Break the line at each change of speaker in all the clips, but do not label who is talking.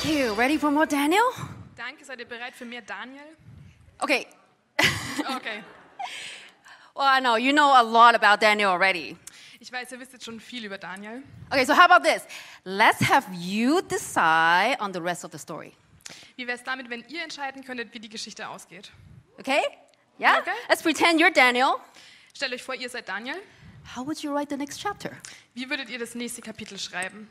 for more Daniel?
Danke, seid ihr bereit für mehr Daniel?
Okay.
Okay.
Well, I know you know a lot about Daniel already.
Ich weiß, ihr wisst jetzt schon viel über Daniel.
Okay, so how about this? Let's have you decide on the rest of the story.
Wie wäre es damit, wenn ihr entscheiden könntet, wie die Geschichte ausgeht?
Okay? Yeah?
Okay.
Let's pretend you're Daniel.
Stellt euch vor, ihr seid Daniel.
How would you write the next chapter?
Wie würdet ihr das nächste Kapitel schreiben?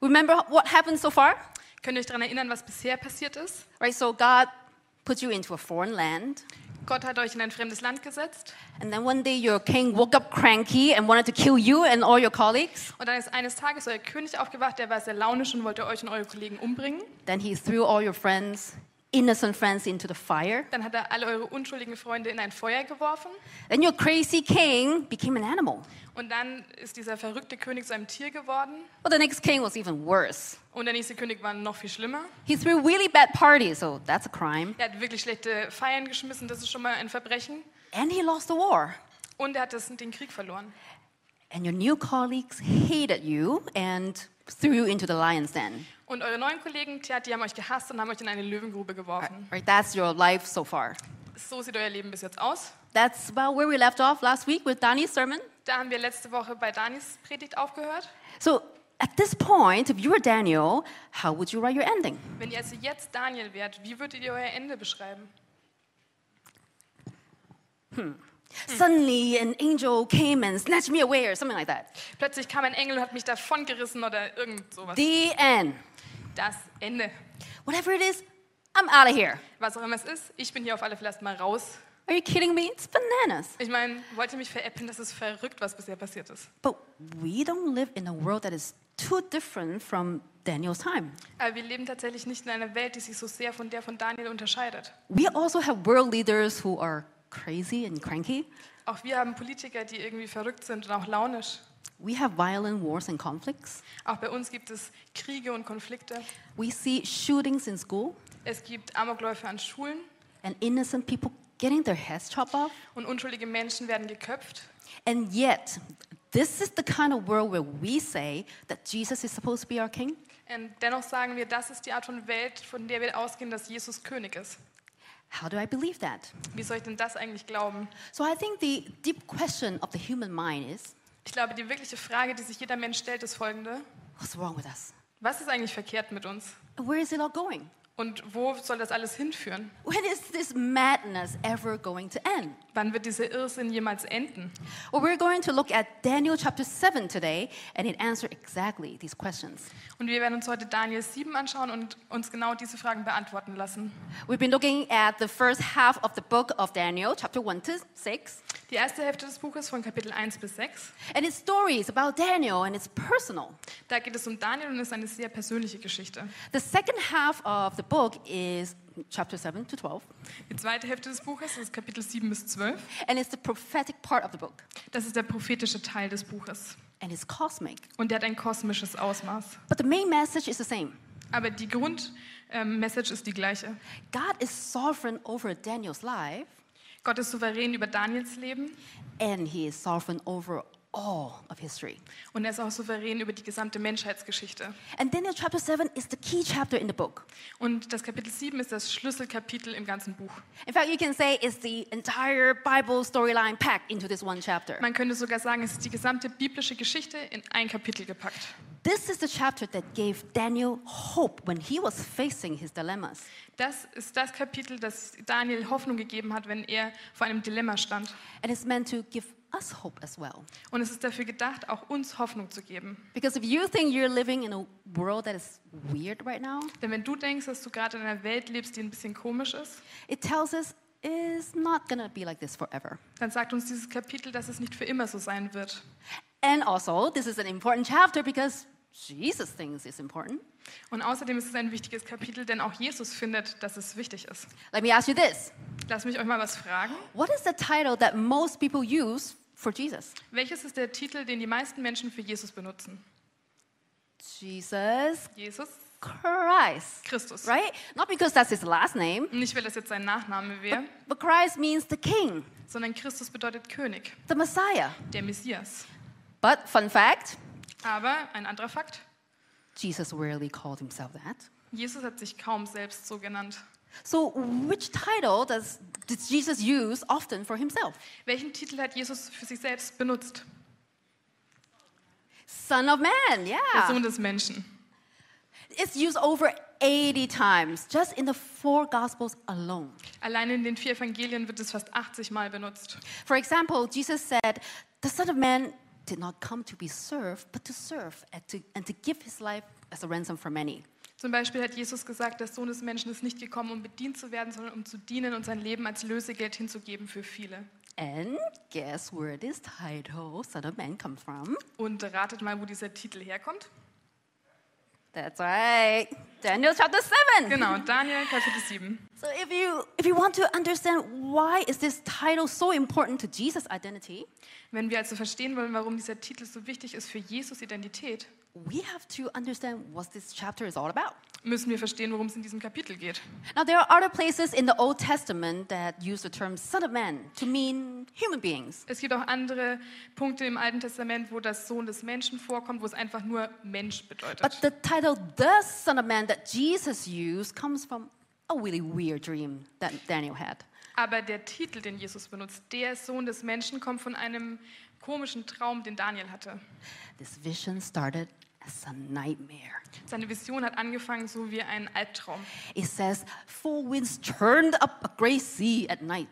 Remember what happened so far?
Könnt ihr euch daran erinnern, was bisher passiert ist?
Right? So God put you into a foreign land.
Gott hat euch in ein fremdes Land gesetzt
And then one day your king woke up cranky and wanted to kill you and all your colleagues.
und dann ist eines Tages euer König aufgewacht, der war sehr launisch und wollte euch und eure Kollegen umbringen.
Then he threw all your friends, innocent friends, into the fire.
Dann hat er alle eure unschuldigen Freunde in ein Feuer geworfen
Then your crazy king became an animal.
und dann ist dieser verrückte König zu einem Tier geworden
Well, the next king was even worse.
und der nächste König war noch viel schlimmer.
He threw really bad parties, so that's a crime.
Er hat wirklich schlechte Feiern geschmissen, das ist schon mal ein Verbrechen.
And he lost the war.
Und er hat das, den Krieg verloren.
And your new colleagues hated you and threw you into the lion's den.
Und eure neuen Kollegen, tja, die haben euch gehasst und haben euch in eine Löwengrube geworfen.
Right, that's your life so far.
So sieht euer Leben bis jetzt aus.
That's about where we left off last week with Danny's sermon.
Da haben wir letzte Woche bei Danis Predigt aufgehört.
So at this point, if you were Daniel, how would you write your ending?
Wenn ihr also jetzt Daniel wärt, wie würdet ihr euer Ende beschreiben?
Suddenly, an angel came and snatched me away, or something like that.
Plötzlich kam ein Engel und hat mich davongerissen oder irgend sowas.
The end.
Das Ende.
Whatever it is, I'm out of here.
Was auch immer es ist, ich bin hier auf alle Fälle erstmal raus.
Are you kidding me? It's bananas.
Ich meine, wollt ihr mich veräppeln? Das ist verrückt, was bisher passiert ist.
But we don't live in a world that is too different from Daniel's time.
Aber wir leben tatsächlich nicht in einer Welt, die sich so sehr von der von Daniel unterscheidet.
We also have world leaders who are crazy and cranky.
Auch wir haben Politiker, die irgendwie verrückt sind und auch launisch.
We have violent wars and conflicts.
Auch bei uns gibt es Kriege und Konflikte.
We see shootings in school
Es gibt Amokläufe an Schulen
and innocent people getting their heads chopped off.
und unschuldige Menschen werden geköpft.
And yet, this is the kind of world where we say that Jesus is supposed to be our king.
Und Ähm, dennoch sagen wir, das ist die Art von Welt, von der wir ausgehen, dass Jesus König ist.
How do I believe that?
Wie soll ich denn das eigentlich glauben?
So I think the deep question of the human mind is
Ich glaube, die wirkliche Frage, die sich jeder Mensch stellt, ist folgende.
what's wrong with us?
Was ist eigentlich verkehrt mit uns?
Where is it all going?
Und wo soll das alles hinführen?
When is this madness ever going to end?
Wann wird dieser Irrsinn jemals enden?
Well, we're going to look at Daniel chapter 7 today, and it answers exactly these questions.
Und wir werden uns heute Daniel 7 anschauen und uns genau diese Fragen beantworten lassen.
We've been looking at the first half of the book of Daniel, chapter 1 to 6,
Die erste Hälfte des Buches von Kapitel 1 bis 6,
and its stories about Daniel and it's personal.
da geht es um Daniel und ist eine sehr persönliche Geschichte.
The second half of the book is chapter 7 to 12,
Die zweite Hälfte des Buches ist Kapitel 7 bis 12.
and it's the prophetic part of the book,
Das ist der prophetische Teil des Buches.
and it's cosmic.
Und der hat ein kosmisches Ausmaß.
But the main message is the same
Aber die Grundmessage ist die gleiche.
God is sovereign over Daniel's life,
Gott ist souverän über Daniels Leben
and he is sovereign over all of history.
und er ist auch souverän über die gesamte Menschheitsgeschichte.
And Daniel chapter 7 is the key chapter in the book.
Und das Kapitel 7 ist das Schlüsselkapitel im ganzen Buch.
In fact, you can say it's the entire Bible storyline packed into this one chapter.
Man könnte sogar sagen, es ist die gesamte biblische Geschichte in ein Kapitel gepackt.
This is the chapter that gave Daniel hope when he was facing his dilemmas.
Das ist das Kapitel, das Daniel Hoffnung gegeben hat, wenn er vor einem Dilemma stand.
And it's meant to give us hope as well.
Und es ist dafür gedacht, auch uns Hoffnung zu geben.
Because if you think you're living in a world that is weird right now,
Denn wenn du denkst, dass du gerade in einer Welt lebst, die ein bisschen komisch ist,
it tells us it's not going to be like this forever.
dann sagt uns dieses Kapitel, dass es nicht für immer so sein wird.
And also, this is an important chapter because Jesus thinks it's important.
Und außerdem ist es ein wichtiges Kapitel, denn auch Jesus findet, dass es wichtig ist.
Let me ask you this
Lass mich euch mal was fragen.
What is the title that most people use for Jesus?
Welches ist der Titel, den die meisten Menschen für Jesus benutzen?
Jesus
Jesus
Christ.
Christus.
Right? Not because that's his last name,
Nicht, weil das jetzt sein Nachname wäre,
but Christ means the king,
sondern Christus bedeutet König,
the Messiah.
der Messias.
But fun fact
Aber ein anderer Fakt,
Jesus rarely called himself that.
Jesus hat sich kaum selbst so genannt.
So, which title does, does Jesus use often for himself?
Welchen Titel hat Jesus für sich selbst benutzt?
Son of Man,
Der
yeah.
Sohn des Menschen.
It's used over 80 times just in the four Gospels alone.
Allein in den vier Evangelien wird es fast 80 Mal benutzt.
For example, Jesus said, The Son of Man did not come to be served, but to serve and to, and to give his life as a ransom for many.
Zum Beispiel hat Jesus gesagt, der Sohn des Menschen ist nicht gekommen, um bedient zu werden, sondern um zu dienen und sein Leben als Lösegeld hinzugeben für viele.
And guess where this title, Son of Man, comes from?
Und ratet mal, wo dieser Titel herkommt.
That's right, Daniel chapter 7.
Genau, Daniel Kapitel 7.
So if you if you want to understand why is this title so important to Jesus' identity,
Wenn wir also verstehen wollen, warum dieser Titel so wichtig ist für Jesus Identität,
we have to understand what this chapter is all about.
müssen wir verstehen, worum es in diesem Kapitel geht.
Now there are other places in the Old Testament that use the term son of man to mean human beings.
Es gibt auch andere Punkte im Alten Testament, wo das Sohn des Menschen vorkommt, wo es einfach nur Mensch
But
bedeutet.
the title the son of man that Jesus used comes from a really weird dream that Daniel had.
Aber der Titel, den Jesus benutzt, der Sohn des Menschen, kommt von einem komischen Traum, den Daniel hatte.
This vision started as a nightmare.
Seine Vision hat angefangen so wie ein Albtraum.
It says four winds turned up a great sea at night.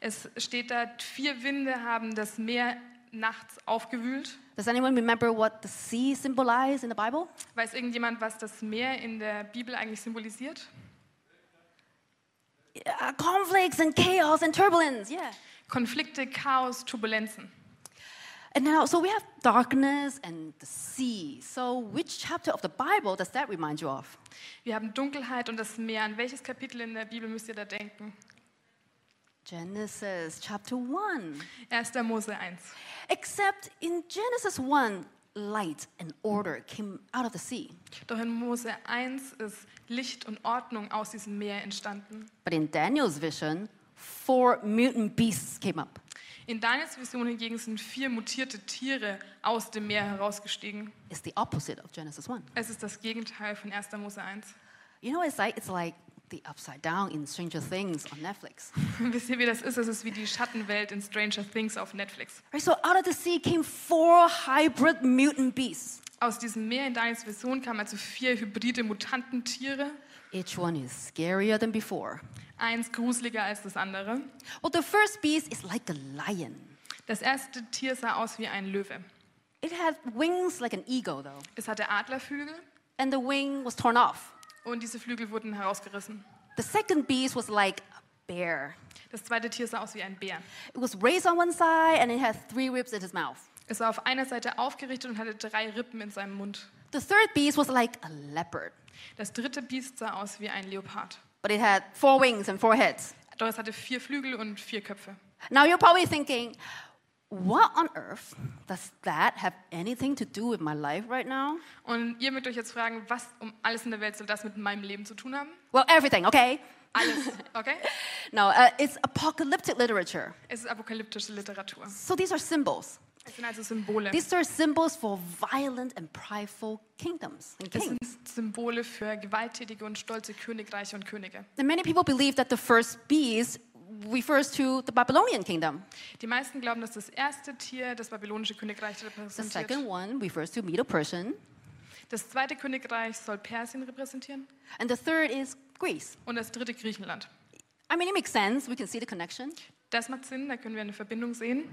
Es steht da, vier Winde haben das Meer nachts aufgewühlt.
Does anyone remember what the sea symbolized in the Bible?
Weiß irgendjemand, was das Meer in der Bibel eigentlich symbolisiert?
Uh, conflicts and chaos and turbulence, yeah.
Konflikte, Chaos, Turbulenzen.
And now, so we have darkness and the sea. So, which chapter of the Bible does that remind you of?
Wir haben Dunkelheit und das Meer. An welches Kapitel in der Bibel müsst ihr da denken?
Genesis chapter 1.
1. Mose 1.
Except in Genesis 1, light and order came out of the sea.
Doch in Mose 1 ist Licht und Ordnung aus diesem Meer entstanden.
But in Daniel's vision, four mutant beasts came up.
In Daniels Vision hingegen sind vier mutierte Tiere aus dem Meer herausgestiegen.
It's the opposite of Genesis 1.
Es ist das Gegenteil von 1. Mose 1.
You know, it's like, it's like the upside down in Stranger Things on Netflix.
Wisst ihr, wie das ist? Es ist wie die Schattenwelt in Stranger Things auf Netflix.
Right, so out of the sea came four hybrid mutant beasts.
Aus diesem Meer in Daniels Vision kamen also vier hybride Mutantentiere.
Each one is scarier than before.
Eins gruseliger als das andere.
Well, the first beast is like a lion.
Das erste Tier sah aus wie ein Löwe.
It had wings like an eagle, though,
Es hatte Adlerflügel
and the wing was torn off.
und diese Flügel wurden herausgerissen.
The second beast was like a bear.
Das zweite Tier sah aus wie ein Bär.
It was raised on one side, and it had three ribs in its mouth.
Es war auf einer Seite aufgerichtet und hatte drei Rippen in seinem Mund.
The third beast was like a leopard,
Das dritte Biest sah aus wie ein Leopard.
but it had four wings and four heads.
Doch es hatte vier Flügel und vier Köpfe.
Now you're probably thinking, what on earth does that have anything to do with my life right now?
Und ihr mögt euch jetzt fragen, was um alles in der Welt soll das mit meinem Leben zu tun haben?
Well, everything, okay?
Alles, okay?
No, uh, it's apocalyptic literature.
Es ist apokalyptische Literatur.
So these are symbols.
Es sind also Symbole.
These are symbols for violent and prideful kingdoms and
Es
kings.
sind Symbole für gewalttätige und stolze Königreiche und Könige.
And many people believe that the first beast refers to the Babylonian kingdom.
Die meisten glauben, dass das erste Tier das babylonische Königreich
The second
repräsentiert.
one refers to Medo-Persian,
Das zweite Königreich soll Persien repräsentieren
and the third is Greece.
und das dritte Griechenland.
I mean, it makes sense. We can see the connection.
Das macht Sinn, da können wir eine Verbindung sehen.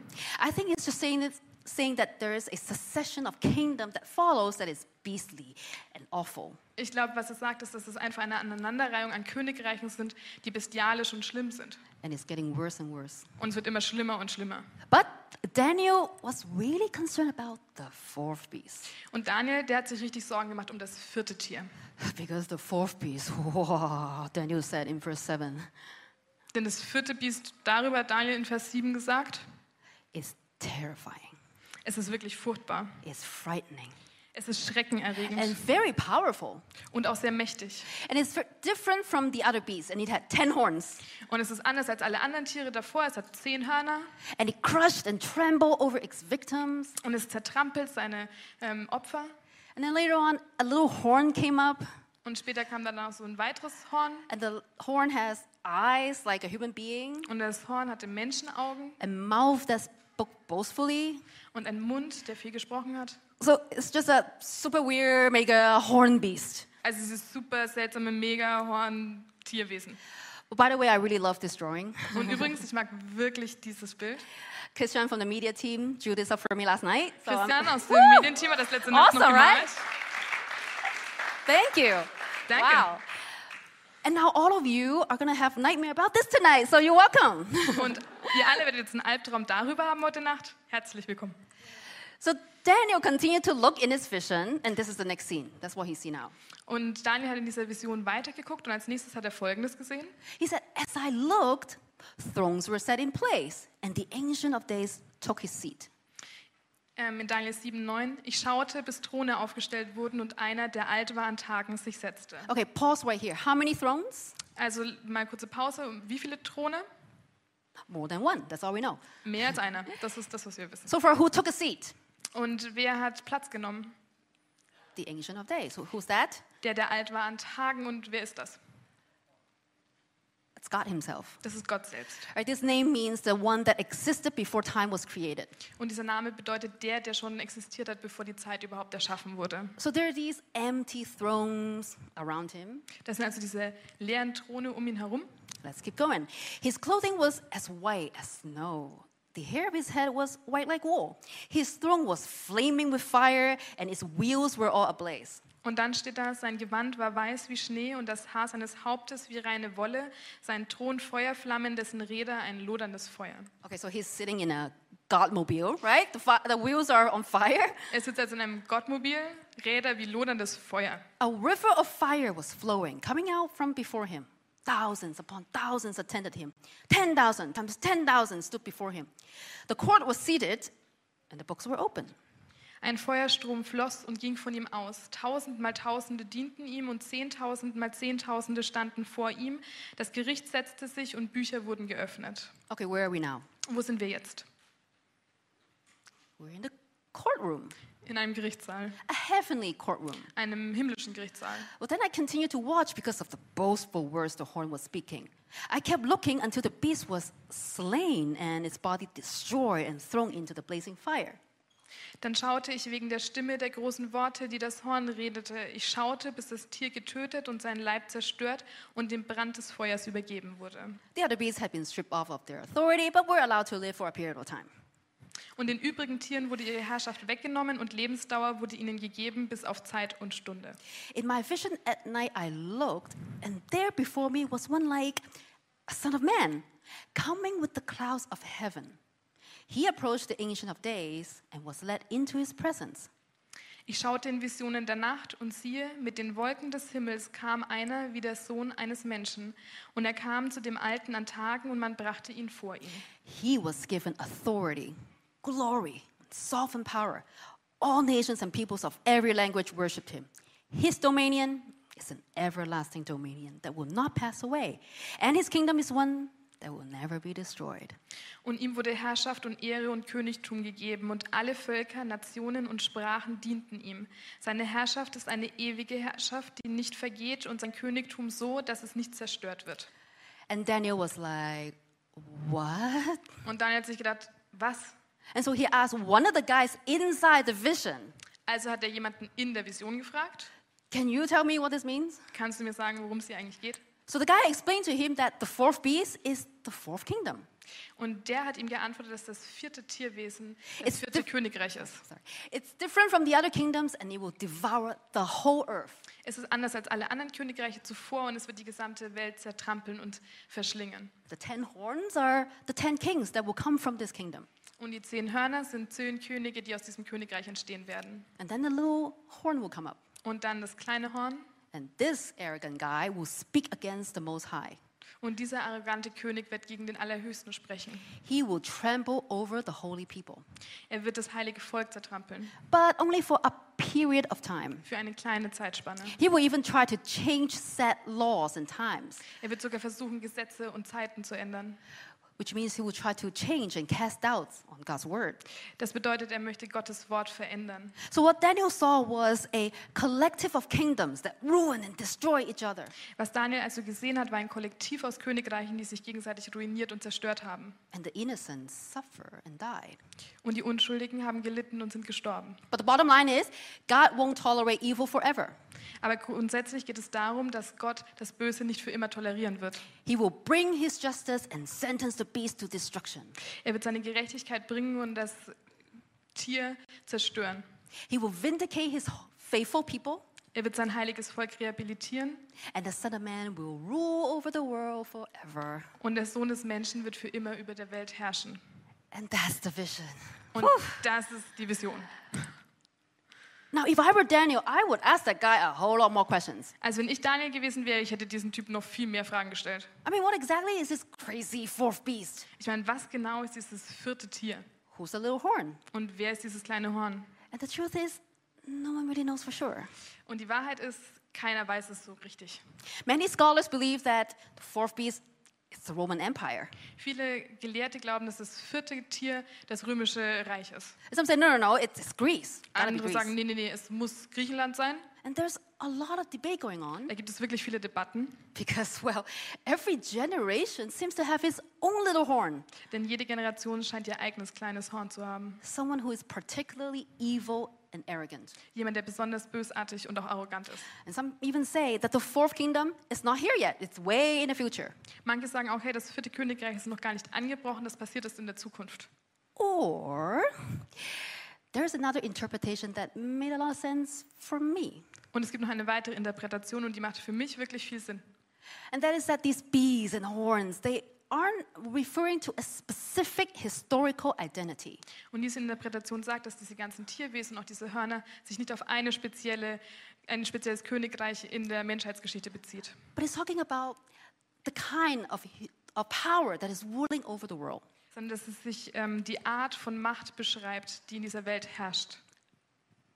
I think it's just saying that, saying that there is a succession of kingdom that follows that is beastly and awful.
Ich glaube, was es sagt, ist, dass es einfach eine Aneinanderreihung an Königreichen sind, die bestialisch und schlimm sind.
And it's getting worse and worse.
Und es wird immer schlimmer und schlimmer.
But Daniel was really concerned about the fourth beast.
Und Daniel, der hat sich richtig Sorgen gemacht um das vierte Tier.
Because the fourth beast, whoa, Daniel said in verse 7,
Denn das vierte Biest, darüber hat Daniel in Vers 7 gesagt,
is terrifying,
es ist wirklich furchtbar.
it's frightening,
Es ist schreckenerregend
and very powerful.
und auch sehr mächtig.
And it's ver- different from the other beasts, and it had 10 horns.
Und es ist anders als alle anderen Tiere davor. Es hat zehn Hörner
And it crushed and trembled over its victims.
und es zertrampelt seine ähm, Opfer.
And then later on, a little horn came up,
Und später kam dann noch so ein weiteres Horn.
And the horn has eyes like a human being,
Und das Horn hatte Menschenaugen
a mouth that spoke boastfully.
und einen Mund, der viel gesprochen hat.
So it's just a super weird mega horn beast.
Also dieses super seltsame Megahorn-Tierwesen.
By the way, I really love this drawing.
Und übrigens, ich mag wirklich dieses Bild.
Christian from the media team drew this up for me last night. So I'm-
Christian aus dem
Woo!
Medienteam hat das letzte Nacht noch
Awesome,
gemalt.
right? Thank you.
Danke.
Wow. And now all of you are gonna have nightmare about this tonight, so you're welcome.
Und ihr alle werdet jetzt einen Albtraum darüber haben heute Nacht. Herzlich willkommen.
so Daniel continued to look in his vision, and this is the next scene. That's what he see now.
Und Daniel hat in dieser Vision weitergeguckt und als nächstes hat er Folgendes gesehen.
He said, As I looked, thrones were set in place, and the Ancient of Days took his seat.
Ähm, in Daniel 7,9. Ich schaute, bis Throne aufgestellt wurden und einer, der alt war an Tagen, sich setzte.
Okay, pause right here. How many thrones?
Also mal kurze Pause. Wie viele Throne?
More than one. That's all we know.
Mehr als einer. Das ist das, was wir wissen.
So far, who took a seat?
Und wer hat Platz genommen?
The Ancient of Days. Who- Who's that?
Der, der alt war an Tagen und wer ist das?
It's God Himself.
Das ist Gott selbst.
All right, this name means the one that existed before time was created.
Und dieser Name bedeutet der, der schon existiert hat, bevor die Zeit überhaupt erschaffen wurde.
So there are these empty thrones around him.
Das sind also diese leeren Throne um ihn herum.
Let's keep going. His clothing was as white as snow. The hair of his head was white like wool. His throne was flaming with fire, and his wheels were all ablaze.
Und dann steht da, sein Gewand war weiß wie Schnee und das Haar seines Hauptes wie reine Wolle, sein Thron Feuerflammen, dessen Räder ein loderndes Feuer.
Okay, so he's sitting in a godmobile, right? The, fi- the wheels are on fire.
Er sitzt also in einem Gottmobil, Räder wie loderndes Feuer.
A river of fire was flowing, coming out from before him. Thousands upon thousands attended him. 10,000 times 10,000 stood before him. The court was seated, and the books were open.
Ein Feuerstrom floss und ging von ihm aus. Tausend mal Tausende dienten ihm und zehntausend mal Zehntausende standen vor ihm. Das Gericht setzte sich und Bücher wurden geöffnet.
Okay, where are we now?
Wo sind wir jetzt?
We're in the courtroom,
In einem Gerichtssaal,
a heavenly courtroom.
einem himmlischen Gerichtssaal.
Well, then I continued to watch because of the boastful words the horn was speaking. I kept looking until the beast was slain and its body destroyed and thrown into the blazing fire.
Dann schaute ich wegen der Stimme der großen Worte, die das Horn redete. Ich schaute, bis das Tier getötet und sein Leib zerstört und dem Brand des Feuers übergeben wurde.
The other beasts had been stripped off of their authority, but were allowed to live for a period of time.
Und den übrigen Tieren wurde ihre Herrschaft weggenommen und Lebensdauer wurde ihnen gegeben bis auf Zeit und Stunde.
In my vision at night, I looked, and there before me was one like a son of man, coming with the clouds of heaven. He approached the Ancient of Days and was led into his presence.
Ich schaute in Visionen der Nacht und siehe, mit den Wolken des Himmels kam einer wie der Sohn eines Menschen. Und er kam zu dem Alten an Tagen und man brachte ihn vor ihn.
He was given authority, glory, sovereign power. All nations and peoples of every language worshipped him. His dominion is an everlasting dominion that will not pass away, and his kingdom is one that will never be destroyed.
Und ihm wurde Herrschaft und Ehre und Königtum gegeben, und alle Völker, Nationen und Sprachen dienten ihm. Seine Herrschaft ist eine ewige Herrschaft, die nicht vergeht, und sein Königtum so, dass es nicht zerstört wird.
And Daniel was like, What?
Und dann hat sich gedacht, was?
And so he asked one of the guys inside the vision,
Also hat er jemanden in der Vision gefragt.
Can you tell me what this means?
Kannst du mir sagen, worum es hier eigentlich geht?
So the guy explained to him that the fourth beast is the fourth kingdom.
Und der hat ihm geantwortet, dass das vierte Tierwesen
It's
das vierte
diff-
Königreich ist.
Sorry. It's different from the other kingdoms and it will devour the whole earth.
Es ist anders als alle anderen Königreiche zuvor und es wird die gesamte Welt zertrampeln und verschlingen.
The ten horns are the ten kings that will come from this kingdom.
Und die zehn Hörner sind zehn Könige, die aus diesem Königreich entstehen werden.
And then the little horn will come up.
Und dann das kleine Horn.
And this arrogant guy will speak against the Most High.
Und dieser arrogante König wird gegen den Allerhöchsten sprechen.
He will trample over the holy people,
Er wird das heilige Volk zertrampeln.
but only for a period of time.
Für eine kleine Zeitspanne.
He will even try to change set laws and times.
Er wird sogar versuchen, Gesetze und Zeiten zu ändern.
which means he will try to change and cast doubts on God's word.
Das bedeutet, er möchte Gottes Wort verändern.
So what Daniel saw was a collective of kingdoms that ruin and destroy each other.
Was Daniel also gesehen hat, war ein Kollektiv aus Königreichen, die sich gegenseitig ruiniert und zerstört haben.
And the innocent suffer and die.
Und die Unschuldigen haben gelitten und sind gestorben.
But the bottom line is, God won't tolerate evil forever.
Aber grundsätzlich geht es darum, dass Gott das Böse nicht für immer tolerieren wird.
He will bring his justice and sentence the beast to destruction.
Er wird seine Gerechtigkeit bringen und das Tier zerstören.
He will vindicate his faithful people,
Er wird sein heiliges Volk rehabilitieren
and the Son of Man will rule over the world forever.
und der Sohn des Menschen wird für immer über der Welt herrschen.
And that's the vision.
Und das ist die Vision.
Now, if I were Daniel, I would ask that guy a whole lot more questions.
Also wenn ich Daniel gewesen wäre, ich hätte diesem Typen noch viel mehr Fragen gestellt.
I mean, what exactly is this crazy fourth beast?
Ich meine, was genau ist dieses vierte Tier?
Who's the little horn?
Und wer ist dieses kleine Horn?
And the truth is, no one really knows for sure.
Und die Wahrheit ist, keiner weiß es so richtig.
Many scholars believe that the fourth beast is the Roman Empire.
Viele Gelehrte glauben, dass das vierte Tier das römische Reich ist.
Some say, no, no, no, it's, it's Greece. Gotta be
Andere
Greece.
sagen, nee, nee, nee, es muss Griechenland sein.
And there's a lot of debate going on
Da gibt es wirklich viele Debatten,
because, well, every generation seems to have its own little horn.
denn jede Generation scheint ihr eigenes kleines Horn zu haben.
Someone who is particularly evil and arrogant.
Jemand, der besonders bösartig und auch arrogant ist.
And some even say that the fourth kingdom is not here yet, it's way in the future.
Manche sagen auch, hey, das vierte Königreich ist noch gar nicht angebrochen, das passiert erst in der Zukunft.
Or there's another interpretation that made a lot of sense for me.
Und es gibt noch eine weitere Interpretation und die macht für mich wirklich viel Sinn.
And that is that these bees and horns, they aren't referring to a specific historical identity.
Und diese Interpretation sagt, dass diese ganzen Tierwesen, auch diese Hörner, sich nicht auf eine spezielle, ein spezielles Königreich in der Menschheitsgeschichte bezieht.
But it's talking about the kind of, hu- of power that is ruling over the world.
sondern dass es sich ähm, die Art von Macht beschreibt, die in dieser Welt herrscht.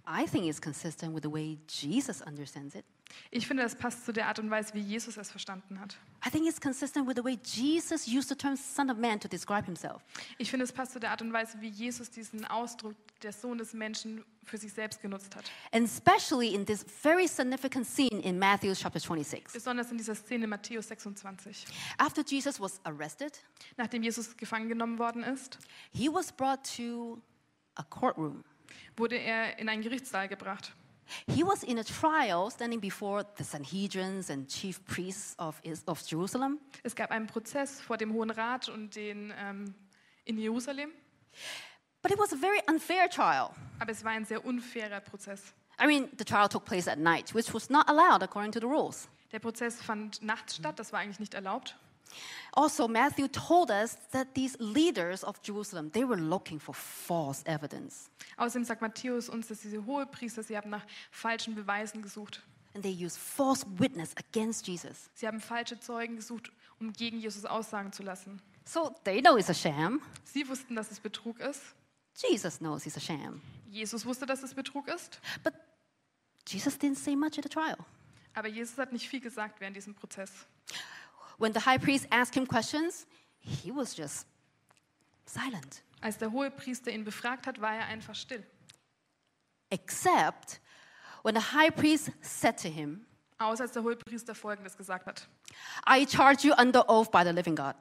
I think it's consistent with the way Jesus understands it.
Ich finde, das passt zu der Art und Weise, wie Jesus es verstanden hat.
I think it's consistent with the way Jesus used the term Son of Man to describe himself.
Ich finde, es passt zu der Art und Weise, wie Jesus diesen Ausdruck der Sohn des Menschen für sich selbst genutzt hat.
And especially in this very significant scene in Matthew chapter 26.
Besonders in dieser Szene in Matthäus 26.
After Jesus was arrested,
Nachdem Jesus gefangen genommen worden ist,
he was brought to a courtroom.
wurde er in einen Gerichtssaal gebracht.
He was in a trial standing before the Sanhedrins and chief priests of, Is- of Jerusalem.
Es gab einen Prozess vor dem Hohen Rat und den ähm, in Jerusalem,
But it was a very unfair trial.
aber es war ein sehr unfairer Prozess.
I mean, the trial took place at night, which was not allowed according to the rules.
Der Prozess fand nachts statt, das war eigentlich nicht erlaubt.
Also, Matthew told us that these leaders of Jerusalem, they were looking for false evidence.
Außerdem sagt Matthäus uns, dass diese Hohepriester, sie haben nach falschen Beweisen gesucht.
And they used false witness against Jesus.
Sie haben falsche Zeugen gesucht, um gegen Jesus aussagen zu lassen.
So they know it's a sham.
Sie wussten, dass es Betrug ist.
Jesus knows it's a sham.
Jesus wusste, dass es Betrug ist.
But Jesus didn't say much at the trial.
Aber Jesus hat nicht viel gesagt während diesem Prozess.
When the high priest asked him questions, he was just silent,
Als der Hohepriester ihn befragt hat, war er einfach still.
except when the high priest said to him,
Außer als der Hohepriester Folgendes gesagt hat.
I charge you under oath by the living God.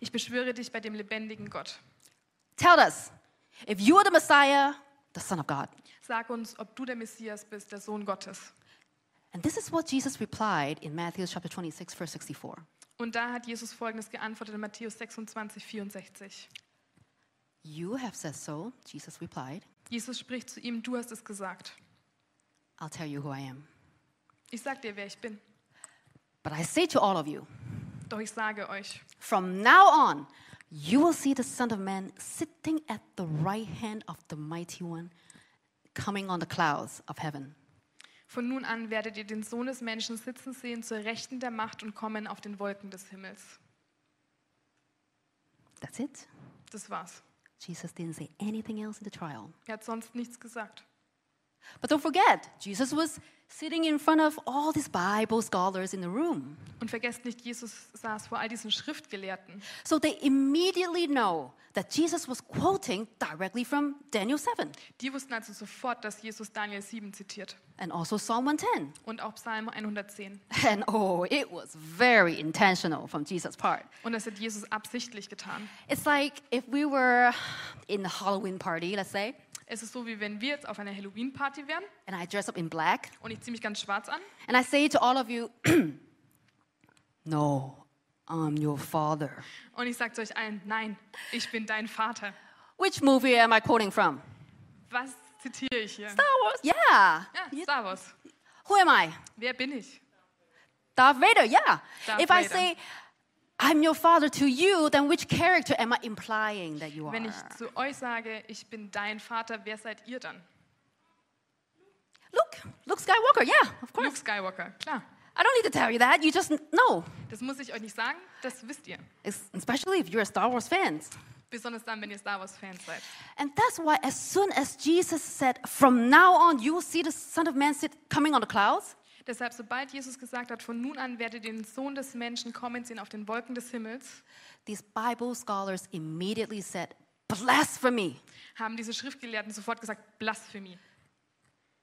Ich beschwöre dich bei dem lebendigen Gott.
Tell us if you are the Messiah, the Son of God.
Sag uns, ob du der Messias bist, der Sohn Gottes.
And this is what Jesus replied in Matthew chapter 26, verse 64.
Und da hat Jesus Folgendes geantwortet in Matthäus 26, 64.
You have said so, Jesus replied.
Jesus spricht zu ihm, du hast es gesagt.
I'll tell you who I am.
Ich sag dir, wer ich bin.
But I say to all of you,
Doch ich sage euch,
From now on, you will see the Son of Man sitting at the right hand of the Mighty One, coming on the clouds of heaven.
von nun an werdet ihr den Sohn des Menschen sitzen sehen zur Rechten der Macht und kommen auf den Wolken des Himmels.
That's it.
Das war's.
Jesus didn't say anything else in the trial.
Er hat sonst nichts gesagt.
But don't forget, Jesus was sitting in front of all these Bible scholars in the room.
Und vergesst nicht, Jesus saß vor all diesen Schriftgelehrten.
So they immediately know that Jesus was quoting directly from Daniel 7
Die wussten also sofort, dass Jesus Daniel 7 zitiert
and also Psalm 110.
und auch Psalm 110.
And oh, it was very intentional from Jesus' part.
Und das hat Jesus absichtlich getan.
It's like if we were in a Halloween party, let's say,
Es ist so, wie wenn wir jetzt auf einer Halloween-Party wären
and I dress up in black
und ich ziehe mich ganz schwarz an
and I say to all of you, No, I'm your father.
und ich sage zu euch allen, nein, ich bin dein Vater.
Which movie am I quoting from?
Was zitiere ich hier?
Star Wars. Yeah.
Ja, Star Wars.
Who am I?
Wer bin ich?
Darth Vader, yeah.
Darth
if I
Vader.
say, I'm your father to you, then which character am I implying that you are?
Wenn ich zu euch sage, ich bin dein Vater, wer seid ihr dann?
Luke, Luke Skywalker, yeah, of course.
Luke Skywalker, klar.
I don't need to tell you that. You just know,
Das muss ich euch nicht sagen, das wisst ihr.
Es- especially if you're a Star Wars fan.
Besonders dann, wenn ihr Star Wars-Fans seid.
And that's why, as soon as Jesus said, From now on, you will see the Son of Man sit coming on the clouds,
Deshalb, sobald Jesus gesagt hat, von nun an werde den Sohn des Menschen kommen sehen auf den Wolken des Himmels,
these Bible scholars immediately said, Blasphemy!
haben diese Schriftgelehrten sofort gesagt, Blasphemie.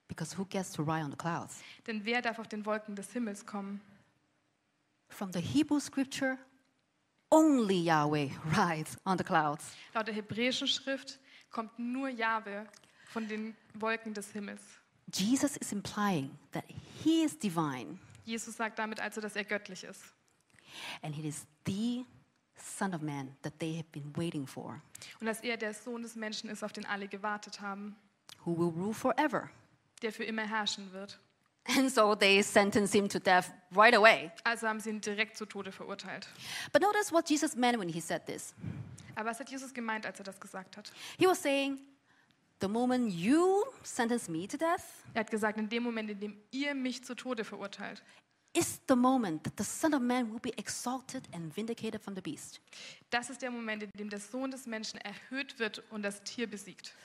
Because who gets to ride on the clouds?
Denn wer darf auf den Wolken des Himmels kommen?
From the Hebrew scripture, only Yahweh rides on the clouds.
Laut der hebräischen Schrift kommt nur Jahwe von den Wolken des Himmels.
Jesus is implying that he is divine
Jesus sagt damit also, dass er göttlich ist.
and he is the Son of Man that they have been waiting for,
Und dass er der Sohn des Menschen ist, auf den alle gewartet haben,
who will rule forever.
der für immer herrschen wird.
And so they sentence him to death right away.
Also haben sie ihn direkt zu Tode verurteilt.
But notice what Jesus meant when he said this.
Aber was hat Jesus gemeint, als er das gesagt hat?
He was saying, The moment you sentence me to death
Er hat gesagt, in dem Moment, in dem ihr mich zu Tode verurteilt,
is the moment that the Son of Man will be exalted and vindicated from the beast.
das ist der Moment, in dem der Sohn des Menschen erhöht wird und das Tier besiegt.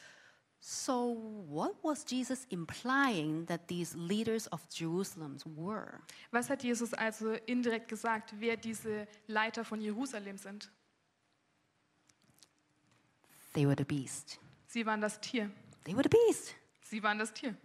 So, what was Jesus implying that these leaders of Jerusalem were?
Was hat Jesus also indirekt gesagt, wer diese Leiter von Jerusalem sind?
They were the beast.
Sie waren das Tier.
They were the beast.
Sie waren das Tier.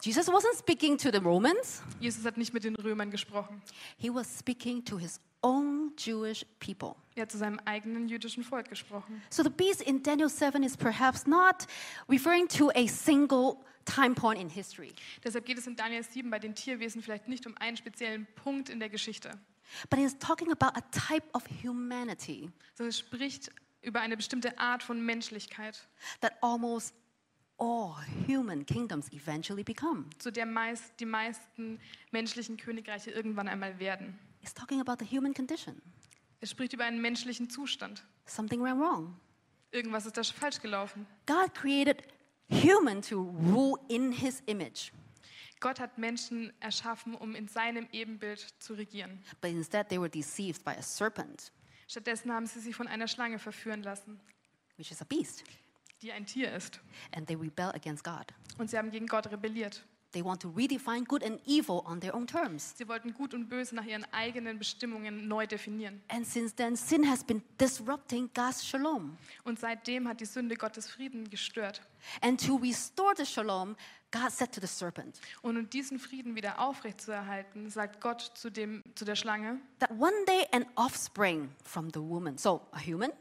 Jesus wasn't speaking to the Romans,
Jesus hat nicht mit den Römern gesprochen.
he was speaking to his own Jewish people.
Er hat zu seinem eigenen jüdischen Volk gesprochen.
So the beast in Daniel 7 is perhaps not referring to a single time point in history,
Deshalb geht es in Daniel 7 bei den Tierwesen vielleicht nicht um einen speziellen Punkt in der Geschichte,
but it's talking about a type of humanity
sondern es spricht über eine bestimmte Art von Menschlichkeit,
that almost all human kingdoms eventually become.
zu der meist die meisten menschlichen Königreiche irgendwann einmal werden.
It's talking about the human condition.
Es spricht über einen menschlichen Zustand.
Something went wrong.
Irgendwas ist da falsch gelaufen.
God created human to rule in his image,
Gott hat Menschen erschaffen, um in seinem Ebenbild zu regieren.
but instead they were deceived by a serpent,
Stattdessen haben sie sich von einer Schlange verführen lassen,
which is a beast,
die ein Tier ist.
and they rebel against God.
Und sie haben gegen Gott rebelliert.
They want to redefine good and evil on their own terms.
Sie wollten Gut und Böse nach ihren eigenen Bestimmungen neu definieren.
And since then, sin has been disrupting God's shalom.
Und seitdem hat die Sünde Gottes Frieden gestört.
And to restore the shalom, God said to the serpent
Und um diesen Frieden wieder aufrechtzuerhalten, sagt Gott zu, dem, zu der Schlange,
that one day an offspring from the woman, so a human,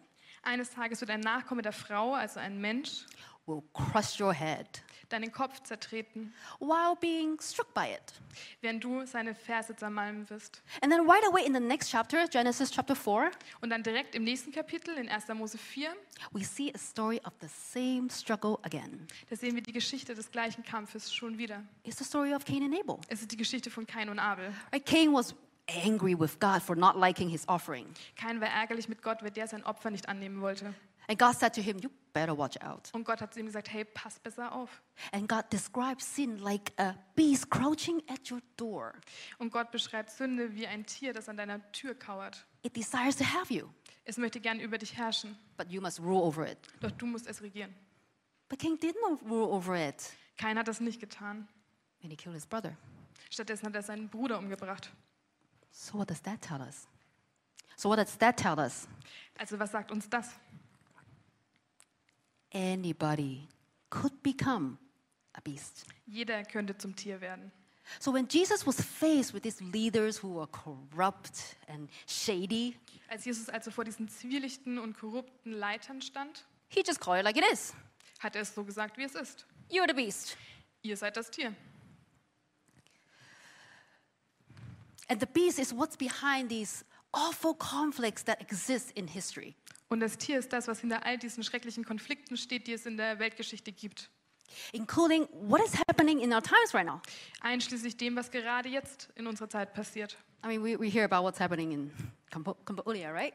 eines Tages wird ein Nachkomme der Frau, also ein Mensch,
will crush your head
deinen Kopf zertreten,
while being struck by it.
während du seine Verse zermalmen wirst.
And then, right away in the next chapter, Genesis chapter 4,
Und dann direkt im nächsten Kapitel, in 1. Mose 4,
we see a story of the same struggle again.
da sehen wir die Geschichte des gleichen Kampfes schon wieder.
It's the story of Cain and Abel.
Es ist die Geschichte von Kain und Abel.
Right? Cain was angry with God for not liking his offering.
Kain war ärgerlich mit Gott, weil der sein Opfer nicht annehmen wollte.
And God said to him, You better watch out.
Und Gott hat zu ihm gesagt, hey, pass besser auf.
And God describes sin like a beast crouching at your door.
Und Gott beschreibt Sünde wie ein Tier, das an deiner Tür kauert.
It desires to have you,
Es möchte gern über dich herrschen,
but you must rule over it.
doch du musst es regieren.
But King did not rule over it,
Kein hat das nicht getan.
and he killed his brother.
Stattdessen hat er seinen Bruder umgebracht.
So, what does that tell us? So, what does that tell us?
Also was sagt uns das?
Anybody could become a beast.
Jeder könnte zum Tier werden.
So, when Jesus was faced with these leaders who were corrupt and shady,
Als Jesus also vor diesen zwielichten und korrupten Leitern stand,
he just called it like it is
hat er es so gesagt, wie es ist.
You're the beast.
Ihr seid das Tier.
And the beast is what's behind these awful conflicts that exist in history.
Und das Tier ist das, was hinter all diesen schrecklichen Konflikten steht, die es in der Weltgeschichte gibt.
including what is happening in our times right now.
Einschließlich dem, was gerade jetzt in unserer Zeit passiert.
I mean, we, we hear about what's happening in Cambo- Cambodia, right?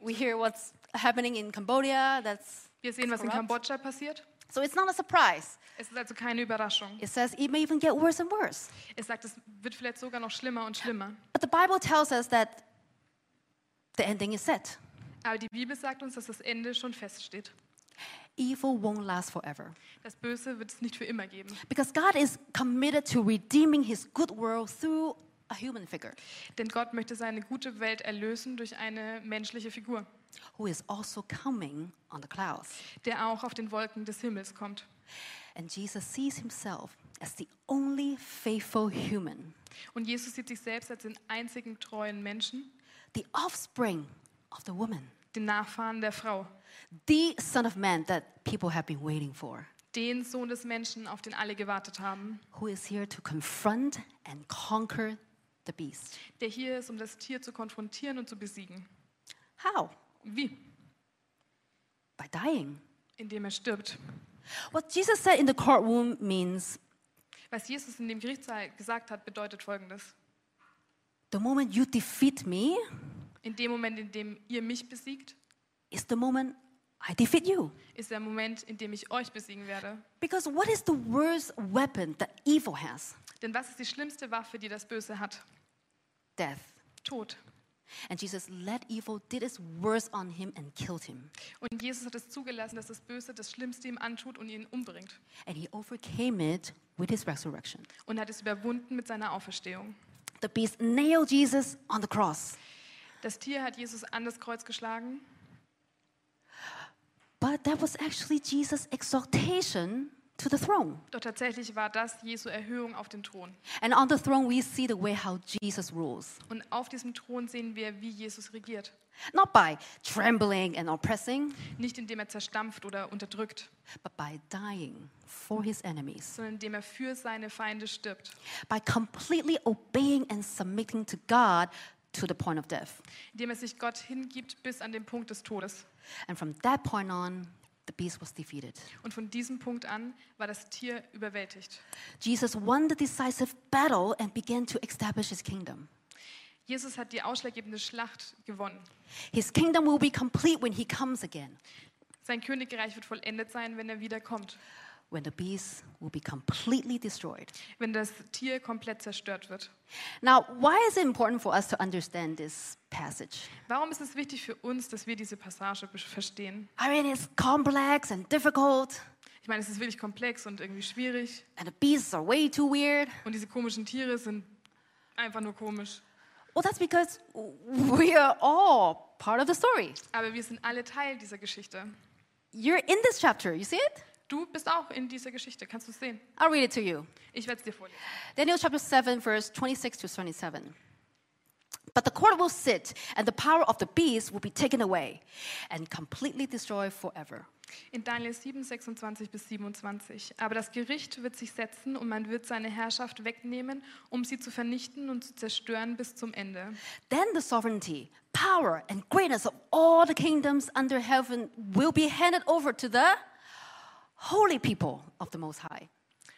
We hear what's happening in Cambodia. That's
Wir sehen, was in
Korrupt.
Kambodscha passiert.
so it's not a surprise.
Es ist also keine Überraschung.
It says it may even get worse and worse.
Es sagt, es wird vielleicht sogar noch schlimmer und schlimmer.
But the Bible tells us that the ending is set.
Aber die Bibel sagt uns, dass das Ende schon feststeht.
Evil won't last forever
Das Böse wird es nicht für immer geben.
because God is committed to redeeming His good world through a human figure
Denn Gott möchte seine gute Welt erlösen durch eine menschliche Figur,
who is also coming on the clouds.
der auch auf den Wolken des Himmels kommt.
And Jesus sees Himself as the only faithful human
Und Jesus sieht sich selbst als den einzigen treuen Menschen,
the offspring of the woman,
den Nachfahren der Frau,
the Son of Man that people have been waiting for,
den Sohn des Menschen, auf den alle gewartet haben,
who is here to confront and conquer the beast.
der hier ist, um das Tier zu konfrontieren und zu besiegen.
How?
Wie?
By dying.
Indem er stirbt.
What Jesus said in the courtroom means
Was Jesus in dem Gerichtssaal gesagt hat, bedeutet Folgendes.
the moment you defeat me
In dem Moment, in dem ihr mich besiegt,
is the moment I defeat you.
ist der Moment, in dem ich euch besiegen werde.
Because what is the worst weapon that evil has?
Denn was ist die schlimmste Waffe, die das Böse hat?
Death.
Tod.
And Jesus let evil did its worst on him and killed him.
Und Jesus hat es zugelassen, dass das Böse das Schlimmste ihm antut und ihn umbringt.
And he overcame it with his resurrection.
Und hat es überwunden mit seiner Auferstehung.
The beast nailed Jesus on the cross.
Das Tier hat Jesus an das Kreuz geschlagen,
But that was actually Jesus' exaltation to the throne.
doch tatsächlich war das Jesu Erhöhung auf den Thron.
And on the throne, we see the way how Jesus rules
Und auf diesem Thron sehen wir, wie Jesus regiert.
not by trembling and oppressing,
Nicht indem er zerstampft oder unterdrückt,
but by dying for his enemies,
sondern indem er für seine Feinde stirbt.
by completely obeying and submitting to God to the point of death.
Indem er sich Gott hingibt bis an den Punkt des Todes.
And from that point on, the beast was defeated.
Und von diesem Punkt an war das Tier überwältigt.
Jesus won the decisive battle and began to establish his kingdom.
Jesus hat die ausschlaggebende Schlacht gewonnen.
His kingdom will be complete when he comes again,
Sein Königreich wird vollendet sein, wenn er wiederkommt,
when the beast will be completely destroyed.
wenn das Tier komplett zerstört wird.
Now, why is it important for us to understand this passage?
Warum ist es wichtig für uns, dass wir diese Passage be- verstehen?
I mean, it's complex and difficult,
Ich meine, es ist wirklich komplex und irgendwie schwierig
and the beasts are way too weird.
und diese komischen Tiere sind einfach nur komisch.
Well, that's because we are all part of the story.
Aber wir sind alle Teil dieser Geschichte.
You're in this chapter, you see it?
Du bist auch in dieser Geschichte, kannst du es sehen?
I'll read it to you.
Ich werde es dir vorlesen.
Daniel chapter 7, verse 26 to 27. But the court will sit, and the power of the beast will be taken away and completely destroyed forever.
In Daniel 7, 26 bis 27. Aber das Gericht wird sich setzen und man wird seine Herrschaft wegnehmen, um sie zu vernichten und zu zerstören bis zum Ende.
Then the sovereignty, power, and greatness of all the kingdoms under heaven will be handed over to the holy people of the Most High.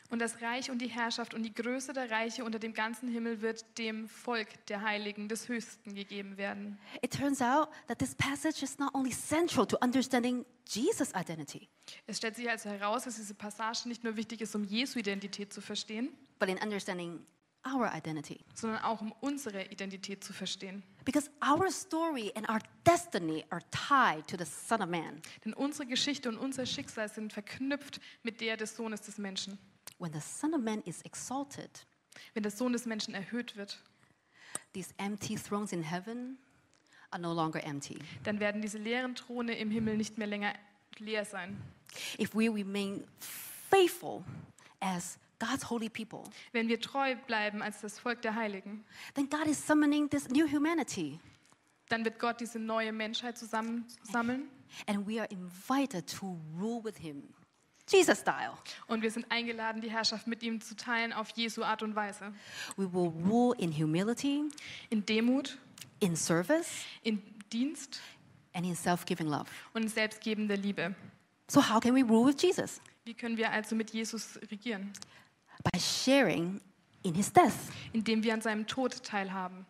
Und das Reich und die Herrschaft und die Größe der Reiche unter dem ganzen Himmel wird dem Volk der Heiligen des Höchsten gegeben werden.
It turns out that this passage is not only central to understanding Jesus' identity,
Es stellt sich also heraus, dass diese Passage nicht nur wichtig ist, um Jesu Identität zu verstehen,
but in understanding our identity.
sondern auch um unsere Identität zu verstehen.
Because our story and our destiny are tied to the Son of Man.
Denn unsere Geschichte und unser Schicksal sind verknüpft mit der des Sohnes des Menschen.
When the Son of Man is exalted,
wenn der Sohn des Menschen erhöht wird.
These empty thrones in heaven are no longer empty.
Dann werden diese leeren Throne im Himmel nicht mehr länger leer sein.
If we remain faithful as God's holy people,
Wenn wir treu bleiben als das Volk der Heiligen,
then God is summoning this new humanity,
dann wird Gott diese neue Menschheit zusammensammeln
and we are invited to rule with Him, Jesus style.
und wir sind eingeladen, die Herrschaft mit ihm zu teilen auf Jesu Art und Weise.
We will rule in humility,
In Demut,
in service,
in Dienst
and in self giving love.
und in selbstgebender Liebe.
So, how can we rule with Jesus?
Wie können wir also mit Jesus regieren?
By sharing in His death.
Indem wir an seinem Tod teilhaben.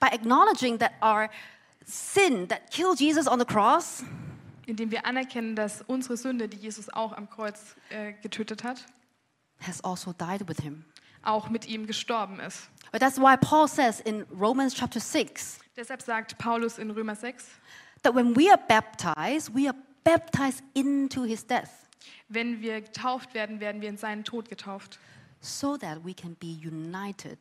by acknowledging that our sin that killed Jesus on the cross
Indem wir anerkennen, dass unsere Sünde, die Jesus auch am Kreuz äh, getötet hat,
has also died with him.
auch mit ihm gestorben ist.
But that's why Paul says in Romans chapter 6
Deshalb sagt Paulus in Römer 6,
that when we are baptized, we are baptized into his death
wenn wir getauft werden, werden wir in seinen Tod getauft,
so that we can be united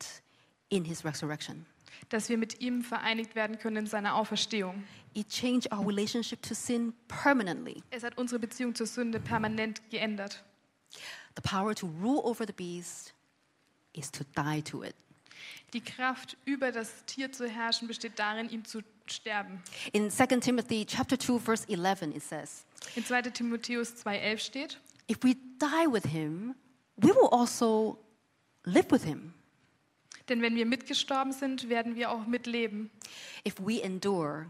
in his resurrection.
dass wir mit ihm vereinigt werden können in seiner Auferstehung.
It changed our relationship to sin permanently.
Es hat unsere Beziehung zur Sünde permanent geändert.
The power to rule over the beast is to die to it.
Die Kraft, über das Tier zu herrschen, besteht darin, ihm zu sterben.
In 2 Timothy chapter 2 verse 11 it says,
In 2 Timotheus 2.11 steht,
if we die with him, we will also live with him.
denn wenn wir mitgestorben sind, werden wir auch mitleben.
If we endure,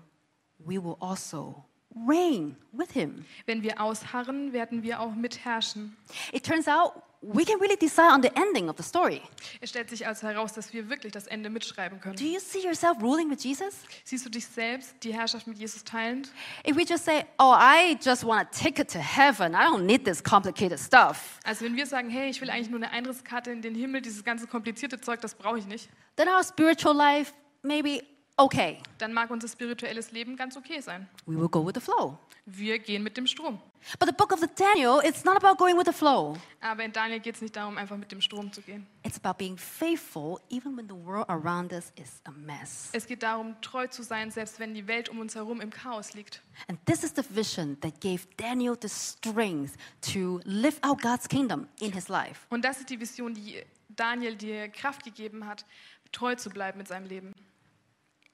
we will also reign with him.
Wenn wir ausharren, werden wir auch mitherrschen.
It turns out we can really decide on the ending of the story.
Es stellt sich also heraus, dass wir wirklich das Ende mitschreiben können.
Do you see yourself ruling with Jesus?
Siehst du dich selbst, die Herrschaft mit Jesus teilend?
If we just say, oh, I just want a ticket to heaven, I don't need this complicated stuff,
Also wenn wir sagen, hey, ich will eigentlich nur eine Einrisskarte in den Himmel, dieses ganze komplizierte Zeug, das brauche ich nicht,
then our spiritual life may be okay.
dann mag unser spirituelles Leben ganz okay sein.
We will go with the flow.
Wir gehen mit dem Strom.
But the book of the Daniel, it's not about going with the flow.
Aber in Daniel geht es nicht darum, einfach mit dem Strom zu gehen.
It's about being faithful even when the world around us is a mess.
Es geht darum, treu zu sein, selbst wenn die Welt um uns herum im Chaos liegt.
And this is the vision that gave Daniel the strength to live out God's kingdom in his life.
Und das ist die Vision, die Daniel dir Kraft gegeben hat, treu zu bleiben mit seinem Leben.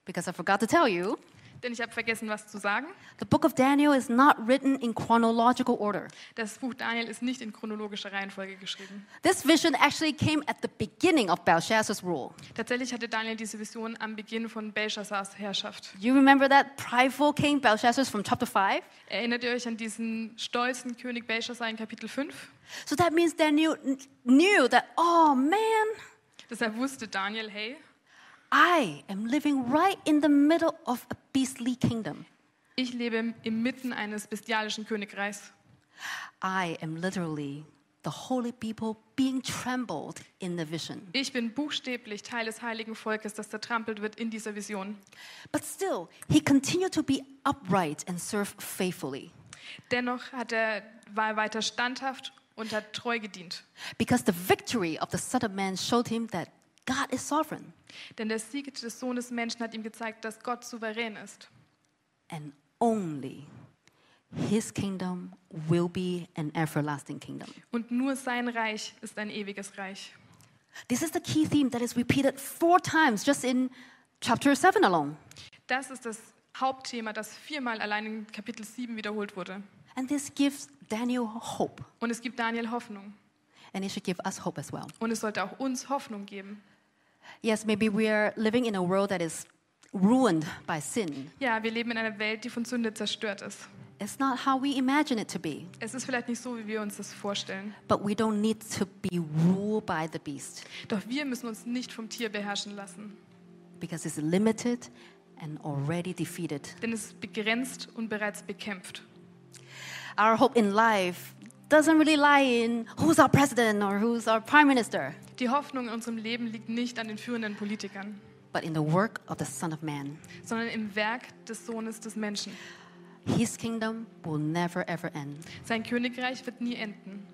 Because I forgot to tell you,
Denn ich habe vergessen, was zu sagen.
the book of Daniel is not written in chronological order.
Das Buch Daniel ist nicht in chronologischer Reihenfolge geschrieben.
This vision actually came at the beginning of Belshazzar's rule.
Tatsächlich hatte Daniel diese Vision am Beginn von Belshazzars Herrschaft.
You remember that prideful king Belshazzar from chapter 5?
Erinnert ihr euch an diesen stolzen König Belshazzar in Kapitel 5?
So that means Daniel kn- knew that, oh man,
Deshalb wusste Daniel, hey,
I am living right in the middle of a beastly kingdom.
ich lebe inmitten eines bestialischen Königreichs.
I am literally the holy people being trembled in the vision.
Ich bin buchstäblich Teil des heiligen Volkes, das zertrampelt wird in dieser Vision.
But still, he continued to be upright and serve faithfully
Dennoch hat er, war er weiter standhaft und hat treu gedient.
because the victory of the Son of Man showed him that God is sovereign
Denn der Sieg des Sohnes Menschen hat ihm gezeigt, dass Gott souverän ist.
and only his kingdom will be an everlasting kingdom.
Und nur sein Reich ist ein ewiges Reich.
This is the key theme that is repeated four times just in chapter 7 alone.
Das ist das Hauptthema, das viermal allein in Kapitel 7 wiederholt wurde.
And this gives Daniel hope,
Und es gibt Daniel Hoffnung.
and it should give us hope as well.
Und es sollte auch uns Hoffnung geben.
Yes, maybe we are living in a world that is ruined by sin.
Ja, wir leben in einer Welt, die von Sünde zerstört ist.
It's not how we imagine it to be,
Es ist vielleicht nicht so, wie wir uns das vorstellen.
but we don't need to be ruled by the beast
Doch wir müssen uns nicht vom Tier beherrschen lassen.
because it's limited and already defeated.
Denn es ist begrenzt und bereits bekämpft.
Our hope in life doesn't really lie in who's our president or who's our prime minister,
Die Hoffnung in unserem Leben liegt nicht an den führenden Politikern,
but in the work of the Son of Man.
sondern im Werk des Sohnes des Menschen.
His kingdom will never ever end.
Sein Königreich wird nie enden.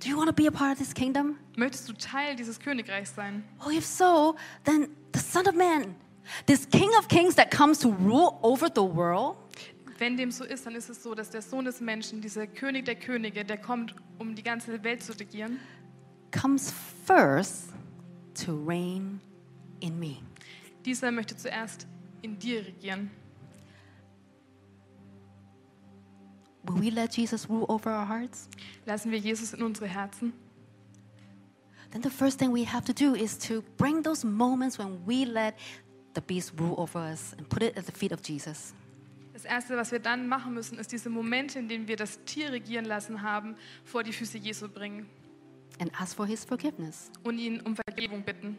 Do you want to be a part of this kingdom?
Möchtest du Teil dieses Königreichs sein?
Oh, if so, then the Son of Man, this King of Kings that comes to rule over the world,
Wenn dem so ist, dann ist es so, dass der Sohn des Menschen, dieser König der Könige, der kommt, um die ganze Welt zu regieren,
comes first to reign in me.
dieser möchte zuerst in dir regieren.
Will we let Jesus rule over our hearts?
Lassen wir Jesus in unsere Herzen.
Then the first thing we have to do is to bring those moments when we let the beast rule over us and put it at the feet of Jesus.
Das Erste, was wir dann machen müssen, ist diese Momente, in denen wir das Tier regieren lassen haben, vor die Füße Jesu bringen
and ask for his forgiveness.
und ihn um Vergebung bitten.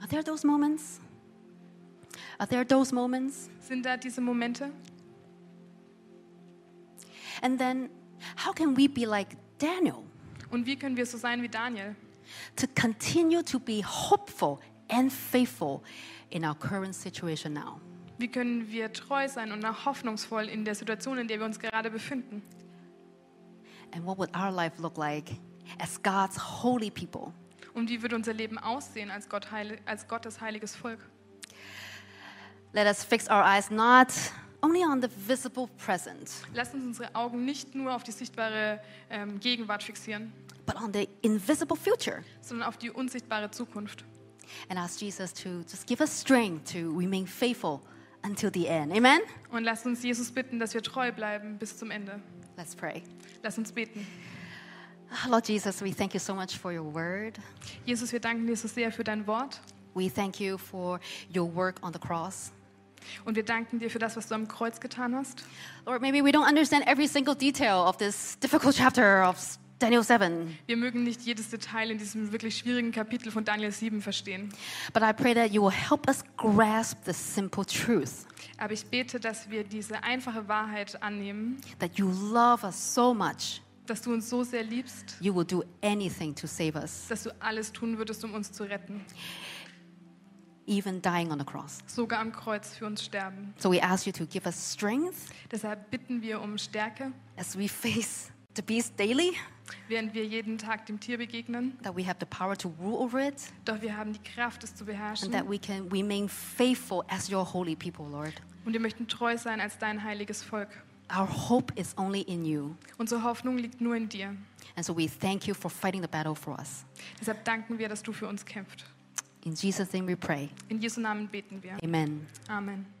Are there those moments? Are there those moments?
Sind da diese Momente?
And then, how can we be like Daniel
Und wie können wir so sein wie Daniel?
to continue to be hopeful and faithful in our current situation now?
Wie können wir treu sein und auch hoffnungsvoll in der Situation, in der wir uns gerade befinden?
And what would our life look like as God's holy people?
Und wie wird unser Leben aussehen als, Gott heile, als Gottes heiliges Volk?
Let us fix our eyes not only on the visible present,
Lasst uns unsere Augen nicht nur auf die sichtbare ähm, Gegenwart fixieren,
but on the invisible future
sondern auf die unsichtbare Zukunft.
and ask Jesus to just give us strength to remain faithful until the end. Amen?
Und lasst uns Jesus bitten, dass wir treu bleiben bis zum Ende.
Let's pray. Ah,
Lasst uns beten.
Lord Jesus, we thank you so much for your word.
Jesus, wir danken dir so sehr für dein Wort
We thank you for your work on the cross.
und wir danken dir für das, was du am Kreuz getan hast.
Lord, maybe we don't understand every single detail of this difficult chapter of Daniel 7,
Wir mögen nicht jedes Detail in diesem wirklich schwierigen Kapitel von Daniel 7 verstehen,
but I pray that you will help us grasp the simple truth
aber ich bete, dass wir diese einfache Wahrheit annehmen,
that you love us so much,
dass du uns so sehr liebst,
you will do anything to save us,
dass du alles tun würdest, um uns zu retten,
even dying on the cross.
sogar am Kreuz für uns sterben.
So we ask you to give us strength
Deshalb bitten wir um Stärke,
as we face the beast daily,
während wir jeden Tag dem Tier begegnen,
that we have the power to rule over it,
doch wir haben die Kraft, es zu beherrschen
and that we can remain faithful as your holy people, Lord.
und wir möchten treu sein als dein heiliges Volk.
Our hope is only in you.
Unsere Hoffnung liegt nur in dir.
And so we thank you for fighting the battle for us.
Deshalb danken wir, dass du für uns kämpfst.
In Jesus' name we pray.
In Jesu Namen beten wir.
Amen.
Amen.